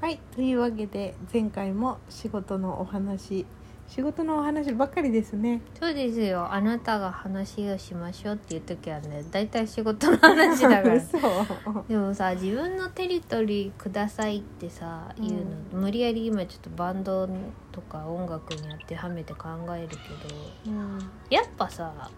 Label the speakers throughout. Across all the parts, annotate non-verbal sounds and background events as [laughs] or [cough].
Speaker 1: はいというわけで前回も仕事のお話仕事のお話ばっかりですね
Speaker 2: そうですよあなたが話をしましょうっていう時はね大体仕事の話
Speaker 1: [laughs]
Speaker 2: だから
Speaker 1: 嘘
Speaker 2: でもさ自分のテリトリーくださいってさ言うの、無理やり今ちょっとバンドとか音楽に当てはめて考えるけど
Speaker 1: うん
Speaker 2: やっぱさ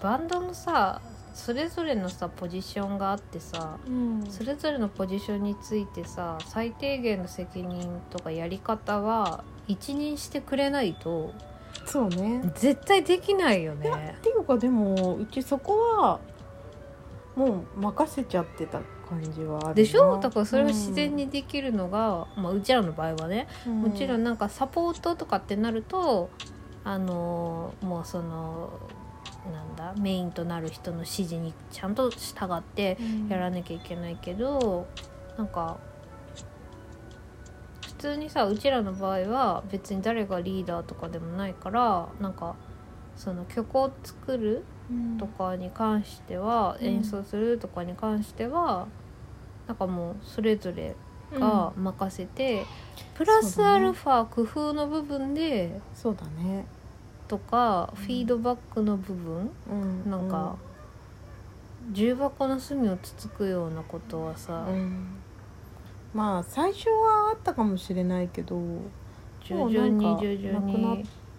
Speaker 2: バンドのさそれぞれのさポジションがあってさ
Speaker 1: うん
Speaker 2: それぞれのポジションについてさ最低限の責任とかやり方は一任してくれないと
Speaker 1: そうね
Speaker 2: 絶対できないよね
Speaker 1: っ。ていうかでもうちそこはもう任せちゃってた感じはあるな
Speaker 2: でしょだからそれを自然、にできるのが、まあ、うちらの場合はね、
Speaker 1: うん
Speaker 2: もちろんなんかサポートとかってなるとあのーもうそのなんだメインとなる人の指示にちゃんと従って
Speaker 1: うん
Speaker 2: やらなきゃいけないけどなんか普通にさうちらの場合は別に誰がリーダーとかでもないからなんかその曲を作る
Speaker 1: うん
Speaker 2: とかに関しては、
Speaker 1: うん
Speaker 2: 演奏するとかに関してはなんかもうそれぞれが任せて、プラスアルファ工夫の部分で
Speaker 1: そうだね、
Speaker 2: とか、
Speaker 1: うん
Speaker 2: フィードバックの部分
Speaker 1: うん、
Speaker 2: なんか、重箱の隅をつつくようなことはさ、
Speaker 1: うんまあ最初はあったかもしれないけど
Speaker 2: 徐々に徐々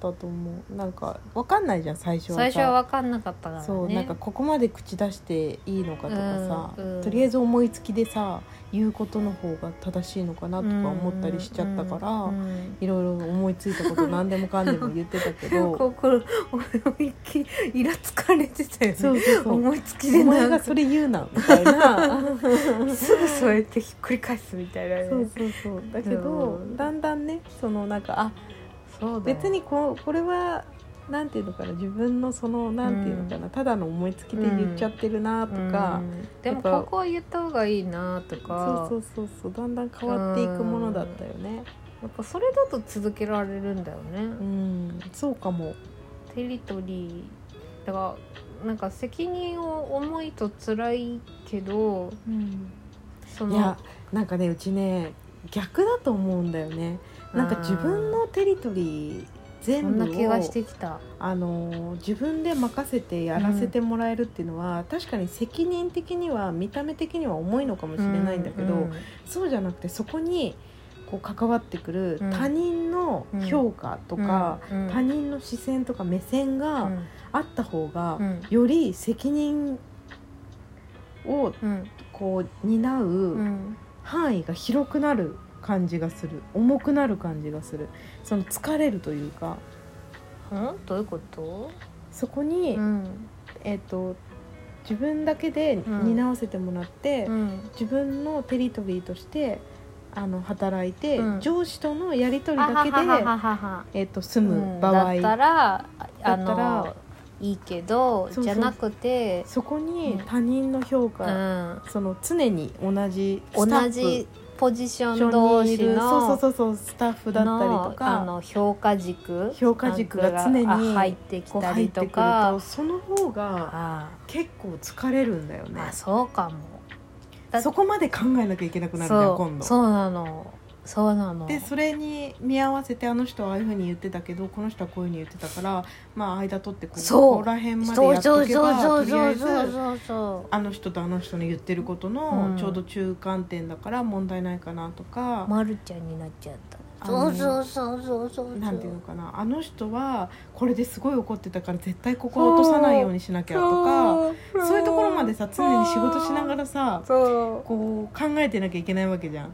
Speaker 1: もうなんかなくなだと思うなん
Speaker 2: に
Speaker 1: かわかんないじゃん最初はさ
Speaker 2: 最初は分かんなかったからね
Speaker 1: そうなんかここまで口出していいのかとかさ、
Speaker 2: うんうん
Speaker 1: とりあえず思いつきでさ言うことの方が正しいのかなとか思ったりしちゃったから、
Speaker 2: うんうん
Speaker 1: いろいろ思いついたこと何でもかんでも言ってたけ
Speaker 2: うん
Speaker 1: ど
Speaker 2: [laughs] 心思いっきりイラつかれてたよね
Speaker 1: そうそうそう
Speaker 2: 思いつきで
Speaker 1: お前
Speaker 2: な
Speaker 1: が
Speaker 2: んか
Speaker 1: それ言うなみたい
Speaker 2: [laughs]
Speaker 1: な
Speaker 2: すぐそうやってひっくり返すみたいなね
Speaker 1: そうそうそうだけど、
Speaker 2: うん
Speaker 1: だんだんねそのなんかあ
Speaker 2: そうだよ
Speaker 1: 別にこうこれはなんていうのかな自分のそのなんていうのかな、ただの思いつきで言っちゃってるなとか、
Speaker 2: うんで
Speaker 1: や
Speaker 2: も
Speaker 1: っぱ
Speaker 2: ここは言った方がいいなとか
Speaker 1: そうそうそうそうだんだん変わっていくものだったよね。
Speaker 2: やっぱそれだと続けられるんだよね、
Speaker 1: うん、そうかも。
Speaker 2: テリトリーだからなんか責任を思いと辛いけどその
Speaker 1: いやなんかねうちね逆だと思うんだよね。なんか自分のテリトリー
Speaker 2: そ
Speaker 1: 全
Speaker 2: ん
Speaker 1: 部
Speaker 2: な
Speaker 1: を
Speaker 2: 気がしてきた
Speaker 1: あの自分で任せてやらせてもらえるっていうのは、確かに責任的には見た目的には重いのかもしれないんだけど、
Speaker 2: うん
Speaker 1: そうじゃなくてそこにこう関わってくる
Speaker 2: うん
Speaker 1: 他人の評価とか、、
Speaker 2: うん
Speaker 1: 他人の視線とか目線
Speaker 2: う
Speaker 1: が
Speaker 2: ん
Speaker 1: あった方が、
Speaker 2: うん
Speaker 1: より責任を
Speaker 2: うん
Speaker 1: こう担
Speaker 2: う
Speaker 1: うん範囲が広くなる感じがする重くなる感じがするその疲れるというか
Speaker 2: うんどういうこと、
Speaker 1: そこに、
Speaker 2: うん
Speaker 1: えっと自分だけで
Speaker 2: ん
Speaker 1: 担わせてもらって、
Speaker 2: うん
Speaker 1: 自分のテリトリーとしてあの働いて、
Speaker 2: うん
Speaker 1: 上司とのやり取り
Speaker 2: あ
Speaker 1: だ
Speaker 2: は
Speaker 1: けで
Speaker 2: はははは
Speaker 1: えっと住
Speaker 2: うん
Speaker 1: む
Speaker 2: だ
Speaker 1: 場合、
Speaker 2: ったらあ
Speaker 1: だったら
Speaker 2: のいいけど
Speaker 1: そうそう
Speaker 2: じゃなくて
Speaker 1: そこに他人の評
Speaker 2: う
Speaker 1: 価、
Speaker 2: ん
Speaker 1: その常に同じスタッ
Speaker 2: 同
Speaker 1: フ
Speaker 2: じポジショ
Speaker 1: 同
Speaker 2: ン同
Speaker 1: 士
Speaker 2: 士
Speaker 1: のそう
Speaker 2: の
Speaker 1: そうそうそうスタッフだったりと
Speaker 2: のあ
Speaker 1: か
Speaker 2: の評価軸
Speaker 1: 評価軸が常に
Speaker 2: ランクが入ってき
Speaker 1: こう
Speaker 2: た
Speaker 1: 入っ
Speaker 2: り
Speaker 1: てく
Speaker 2: と
Speaker 1: ると
Speaker 2: か
Speaker 1: その方が
Speaker 2: あ
Speaker 1: 結構疲れるんだよ
Speaker 2: あ
Speaker 1: ね
Speaker 2: まあそうかもだ
Speaker 1: そこまで考えなきゃいけなくなるじゃん
Speaker 2: そ
Speaker 1: 今
Speaker 2: う
Speaker 1: 度
Speaker 2: そうなのそうなの
Speaker 1: でそれに見合わせてあの人はああいうふうに言ってたけどこの人はこういうふうに言ってたからまあ間取ってこう
Speaker 2: そう
Speaker 1: ここら辺まで
Speaker 2: そ
Speaker 1: や
Speaker 2: う
Speaker 1: っと
Speaker 2: そう
Speaker 1: け
Speaker 2: そうそ
Speaker 1: ば
Speaker 2: う
Speaker 1: とりあ
Speaker 2: そ
Speaker 1: え
Speaker 2: う
Speaker 1: ず
Speaker 2: そうそうそ
Speaker 1: あの人とあの人の言ってること
Speaker 2: う
Speaker 1: の
Speaker 2: ん
Speaker 1: ちょうど中間点だから問題ないかなとか
Speaker 2: う、まるちゃんになっちゃっ
Speaker 1: あ
Speaker 2: た
Speaker 1: の
Speaker 2: そうそうそうそうそう
Speaker 1: なんていうのかなあの人はこれですごい怒ってたから絶対ここは落とさないようにしなきゃとか
Speaker 2: そう
Speaker 1: そういうところまでさ常に仕事しながらさ
Speaker 2: そう
Speaker 1: こう考えてなきゃいけないわけじゃん。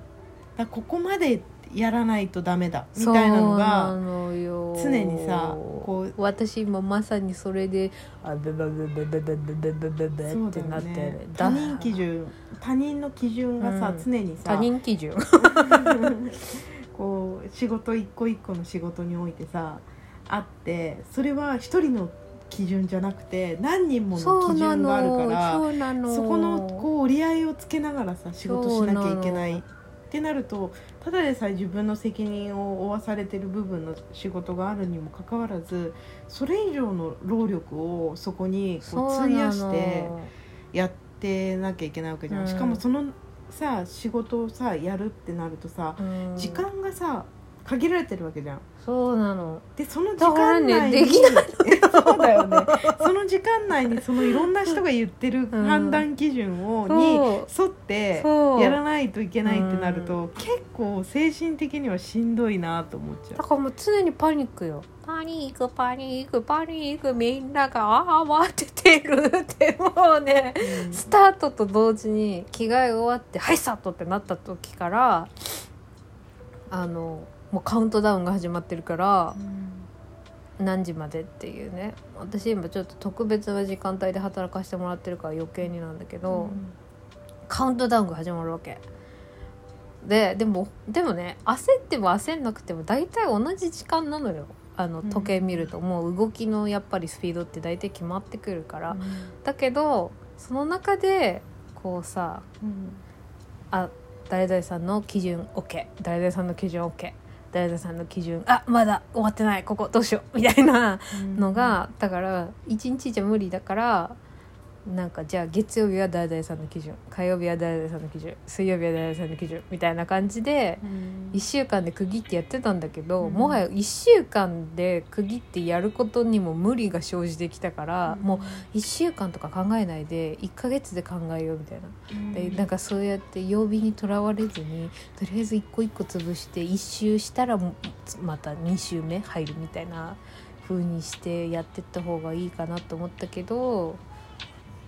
Speaker 1: だからここまでやらないとダメだみたいなの
Speaker 2: そう
Speaker 1: が
Speaker 2: なのよ
Speaker 1: 常にさこう
Speaker 2: 私今まさにそれであベベベベベベベベベベ
Speaker 1: そうだ
Speaker 2: って
Speaker 1: よ
Speaker 2: なって
Speaker 1: ね
Speaker 2: る
Speaker 1: 他人基準他人の基準がさ、
Speaker 2: うん
Speaker 1: 常にさ
Speaker 2: 他人基準
Speaker 1: こう仕事一個一個の仕事においてさあってそれは一人の基準じゃなくて何人もの基準があるから
Speaker 2: そうなの
Speaker 1: そこのこう折り合いをつけながらさ仕事しなきゃいけないってなるとただでさえ自分の責任を負わされてる部分の仕事があるにもかかわらずそれ以上の労力をそこにこう
Speaker 2: そう
Speaker 1: 費
Speaker 2: な
Speaker 1: や
Speaker 2: の
Speaker 1: してやってなきゃいけないわけじゃん、
Speaker 2: うん
Speaker 1: しかもそのさ仕事をさやるってなるとさ
Speaker 2: うん
Speaker 1: 時間がさ限られてるわけじゃん
Speaker 2: そうなの
Speaker 1: でその時
Speaker 2: だから
Speaker 1: 間内に、
Speaker 2: ねできない
Speaker 1: [laughs] そうだよねその時間内にそのいろんな人が言ってる
Speaker 2: うん
Speaker 1: 判断基準を、に
Speaker 2: そ
Speaker 1: 沿って
Speaker 2: そう
Speaker 1: やらないといけないってなると、結構精神的にはしんどいなと思っちゃ
Speaker 2: うだからもう常にパニックよパニックパニックパニックみんなが慌ててるってもうね
Speaker 1: う、うん
Speaker 2: スタートと同時に着替えが終わって「はいスタート!」ってなった時からあのもうカウントダウンが始まってるから何時までっていうね私今ちょっと特別な時間帯で働かせてもらってるから余計になんだけど、
Speaker 1: うん
Speaker 2: カウントダウンが始まるわけ。ででもでもね焦っても焦んなくても大体同じ時間なのよあの
Speaker 1: うん
Speaker 2: 時計見ると、もう動きのやっぱりスピードって大体決まってくるから、だけどその中でこうさ
Speaker 1: うん
Speaker 2: あ誰々さんの基準 OK 誰々さんの基準 OK 誰々さんの基準あまだ終わってないここどうしようみたいなのが、だから一日じゃ無理だからなんかじゃあ月曜日は誰々さんの基準火曜日は誰々さんの基準水曜日は誰々さんの基準みたいな感じで
Speaker 1: うん
Speaker 2: 1週間で区切ってやってたんだけど、
Speaker 1: うん
Speaker 2: もはや1週間で区切ってやることにも無理が生じてきたから、もう1週間とか考えないで1ヶ月で考えようみたいな。
Speaker 1: うん
Speaker 2: でなんかそうやって曜日にとらわれずにとりあえず一個一個潰して一周したらもまた2周目入るみたいな風にしてやってった方がいいかなと思ったけど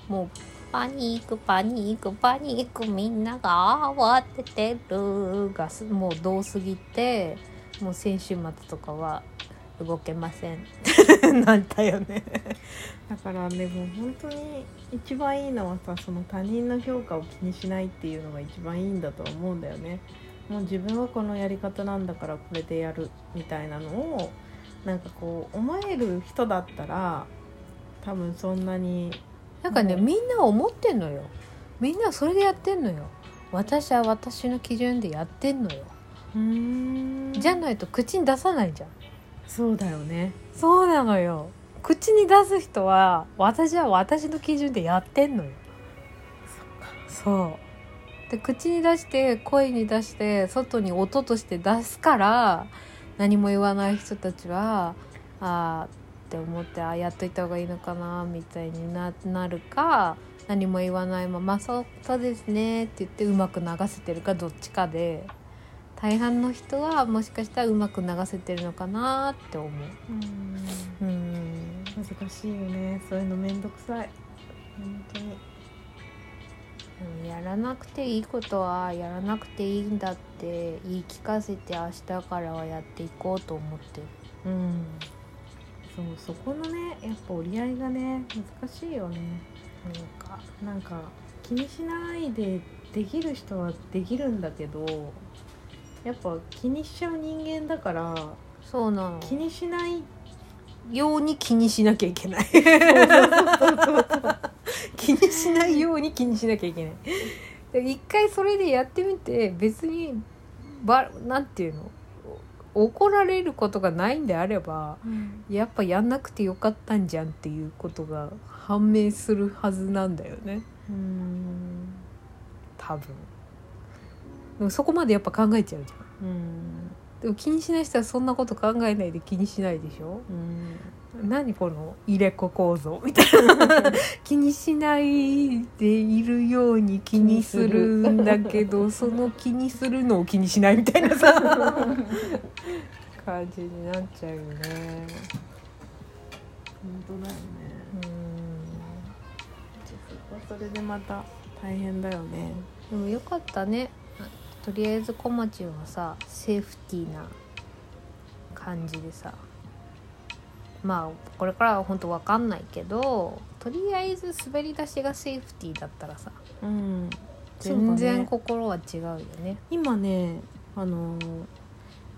Speaker 2: もうパニックパニックパニックみんなが慌ててるがすもうどすぎてもう先週末とかは動けません [laughs] なんだよね。
Speaker 1: だからでも本当に一番いいのはさその他人の評価を気にしないっていうのが一番いいんだとは思うんだよね。もう自分はこのやり方なんだからこれでやるみたいなのをなんかこう思える人だったら多分そんなに
Speaker 2: なんかね、
Speaker 1: うん
Speaker 2: みんな思ってんのよみんなそれでやってんのよ私は私の基準でやってんのよじゃないと口に出さないじゃん
Speaker 1: そうだよね。
Speaker 2: そうなのよ口に出す人は私は私の基準でやってんのよそうで口に出して声に出して外に音として出すから何も言わない人たちはああって思ってあーやっといた方がいいのかなみたいにななるか何も言わないまま「そうそうですね」って言ってうまく流せてるかどっちかで大半の人はもしかしたらうまく流せてるのかなって思う。うん
Speaker 1: 難しいよねそういうのめんどくさい本当に。
Speaker 2: うんやらなくていいことはやらなくていいんだって言い聞かせて明日からはやっていこうと思ってる
Speaker 1: うん、そうそこのねやっぱ折り合いがね難しいよね
Speaker 2: なんか
Speaker 1: なんか気にしないでできる人はできるんだけどやっぱ気にしちゃう人間だから
Speaker 2: そうなの
Speaker 1: 気にしない
Speaker 2: ように気にしなきゃいけない気にしないように気にしなきゃいけないで一回それでやってみて別にばなんていうのお怒られることがないんであればやっぱやんなくてよかったんじゃんっていうことが判明するはずなんだよね
Speaker 1: うん
Speaker 2: 多分でもそこまでやっぱ考えちゃうじゃん
Speaker 1: うん
Speaker 2: でも気にしない人はそんなこと考えないで気にしないでしょ
Speaker 1: うん
Speaker 2: 何この入れ子構造みたいな気にしないでいるように気にするんだけどその気にするのを気にしないみたいなさ感じになっちゃうよね
Speaker 1: 本当だよね
Speaker 2: うん
Speaker 1: それでまた大変だよね
Speaker 2: でもよかったねとりあえずこまちんはさセーフティーな感じでさまあこれからは本当わかんないけどとりあえず滑り出しがセーフティーだったらさ
Speaker 1: うん
Speaker 2: 全
Speaker 1: そうだ
Speaker 2: 然
Speaker 1: ね
Speaker 2: 心は違うよね。
Speaker 1: 今ねあのー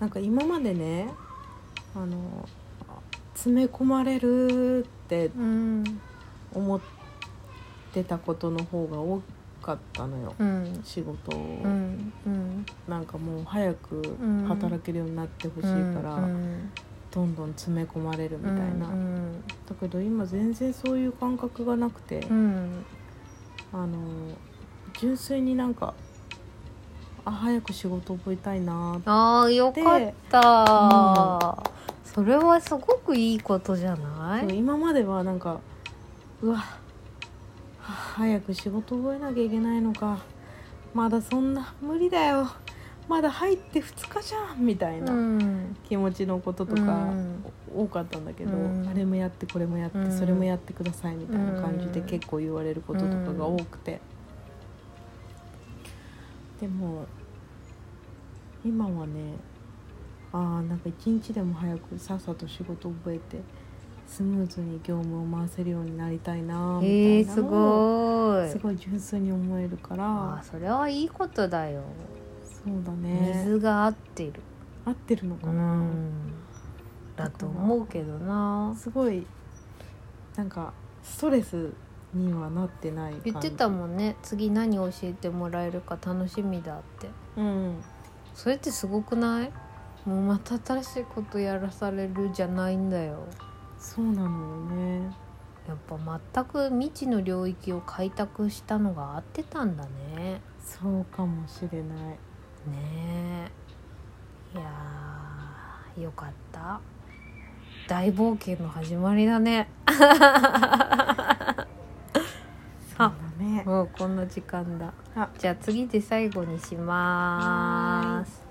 Speaker 1: なんか今までねあのー詰め込まれるって
Speaker 2: うん、
Speaker 1: 思ってたことの方が多かったのよ
Speaker 2: うん、
Speaker 1: 仕事を、
Speaker 2: うん、うん、
Speaker 1: なんかもう早く
Speaker 2: ん
Speaker 1: 働けるようになってほしいから、
Speaker 2: うん
Speaker 1: どんどん詰め込まれるみたいな、
Speaker 2: うん、
Speaker 1: だけど今全然そういう感覚がなくて、
Speaker 2: うん、
Speaker 1: あのー純粋になんかあ早く仕事覚えたいな
Speaker 2: ああよかった、それはすごくいいことじゃな
Speaker 1: そう
Speaker 2: い
Speaker 1: 今まではなんかうわはあ早く仕事覚えなきゃいけないのかまだそんな無理だよまだ入って2日じゃんみたいな
Speaker 2: うん
Speaker 1: 気持ちのこととか、
Speaker 2: うん
Speaker 1: 多かったんだけど、
Speaker 2: うん
Speaker 1: あれもやってこれもやって、
Speaker 2: うん
Speaker 1: それもやってくださいみたいな感じで
Speaker 2: うん
Speaker 1: 結構言われることとかが多くて、でも今はねああんか一日でも早くさっさと仕事覚えてスムーズに業務を回せるようになりたいな
Speaker 2: え
Speaker 1: み
Speaker 2: ー、
Speaker 1: たい
Speaker 2: す
Speaker 1: なのを
Speaker 2: ごい
Speaker 1: すごい純粋に思えるから
Speaker 2: あーそれはいいことだよ、
Speaker 1: そうだね
Speaker 2: 水が合ってる
Speaker 1: 合ってるのか
Speaker 2: う
Speaker 1: な、
Speaker 2: んだと思うけどな
Speaker 1: すごいなんかストレスにはなってない感じ
Speaker 2: 言ってたもんね次何教えてもらえるか楽しみだって
Speaker 1: うん
Speaker 2: それってすごくないもうまた新しいことやらされるじゃないんだよ
Speaker 1: そうなのよね
Speaker 2: やっぱ全く未知の領域を開拓したのが合ってたんだね
Speaker 1: そうかもしれない
Speaker 2: ねえいやーよかった大冒険の始まりだね
Speaker 1: そうだね
Speaker 2: もうこんな時間だ
Speaker 1: あ
Speaker 2: じゃあ次で最後にしまーす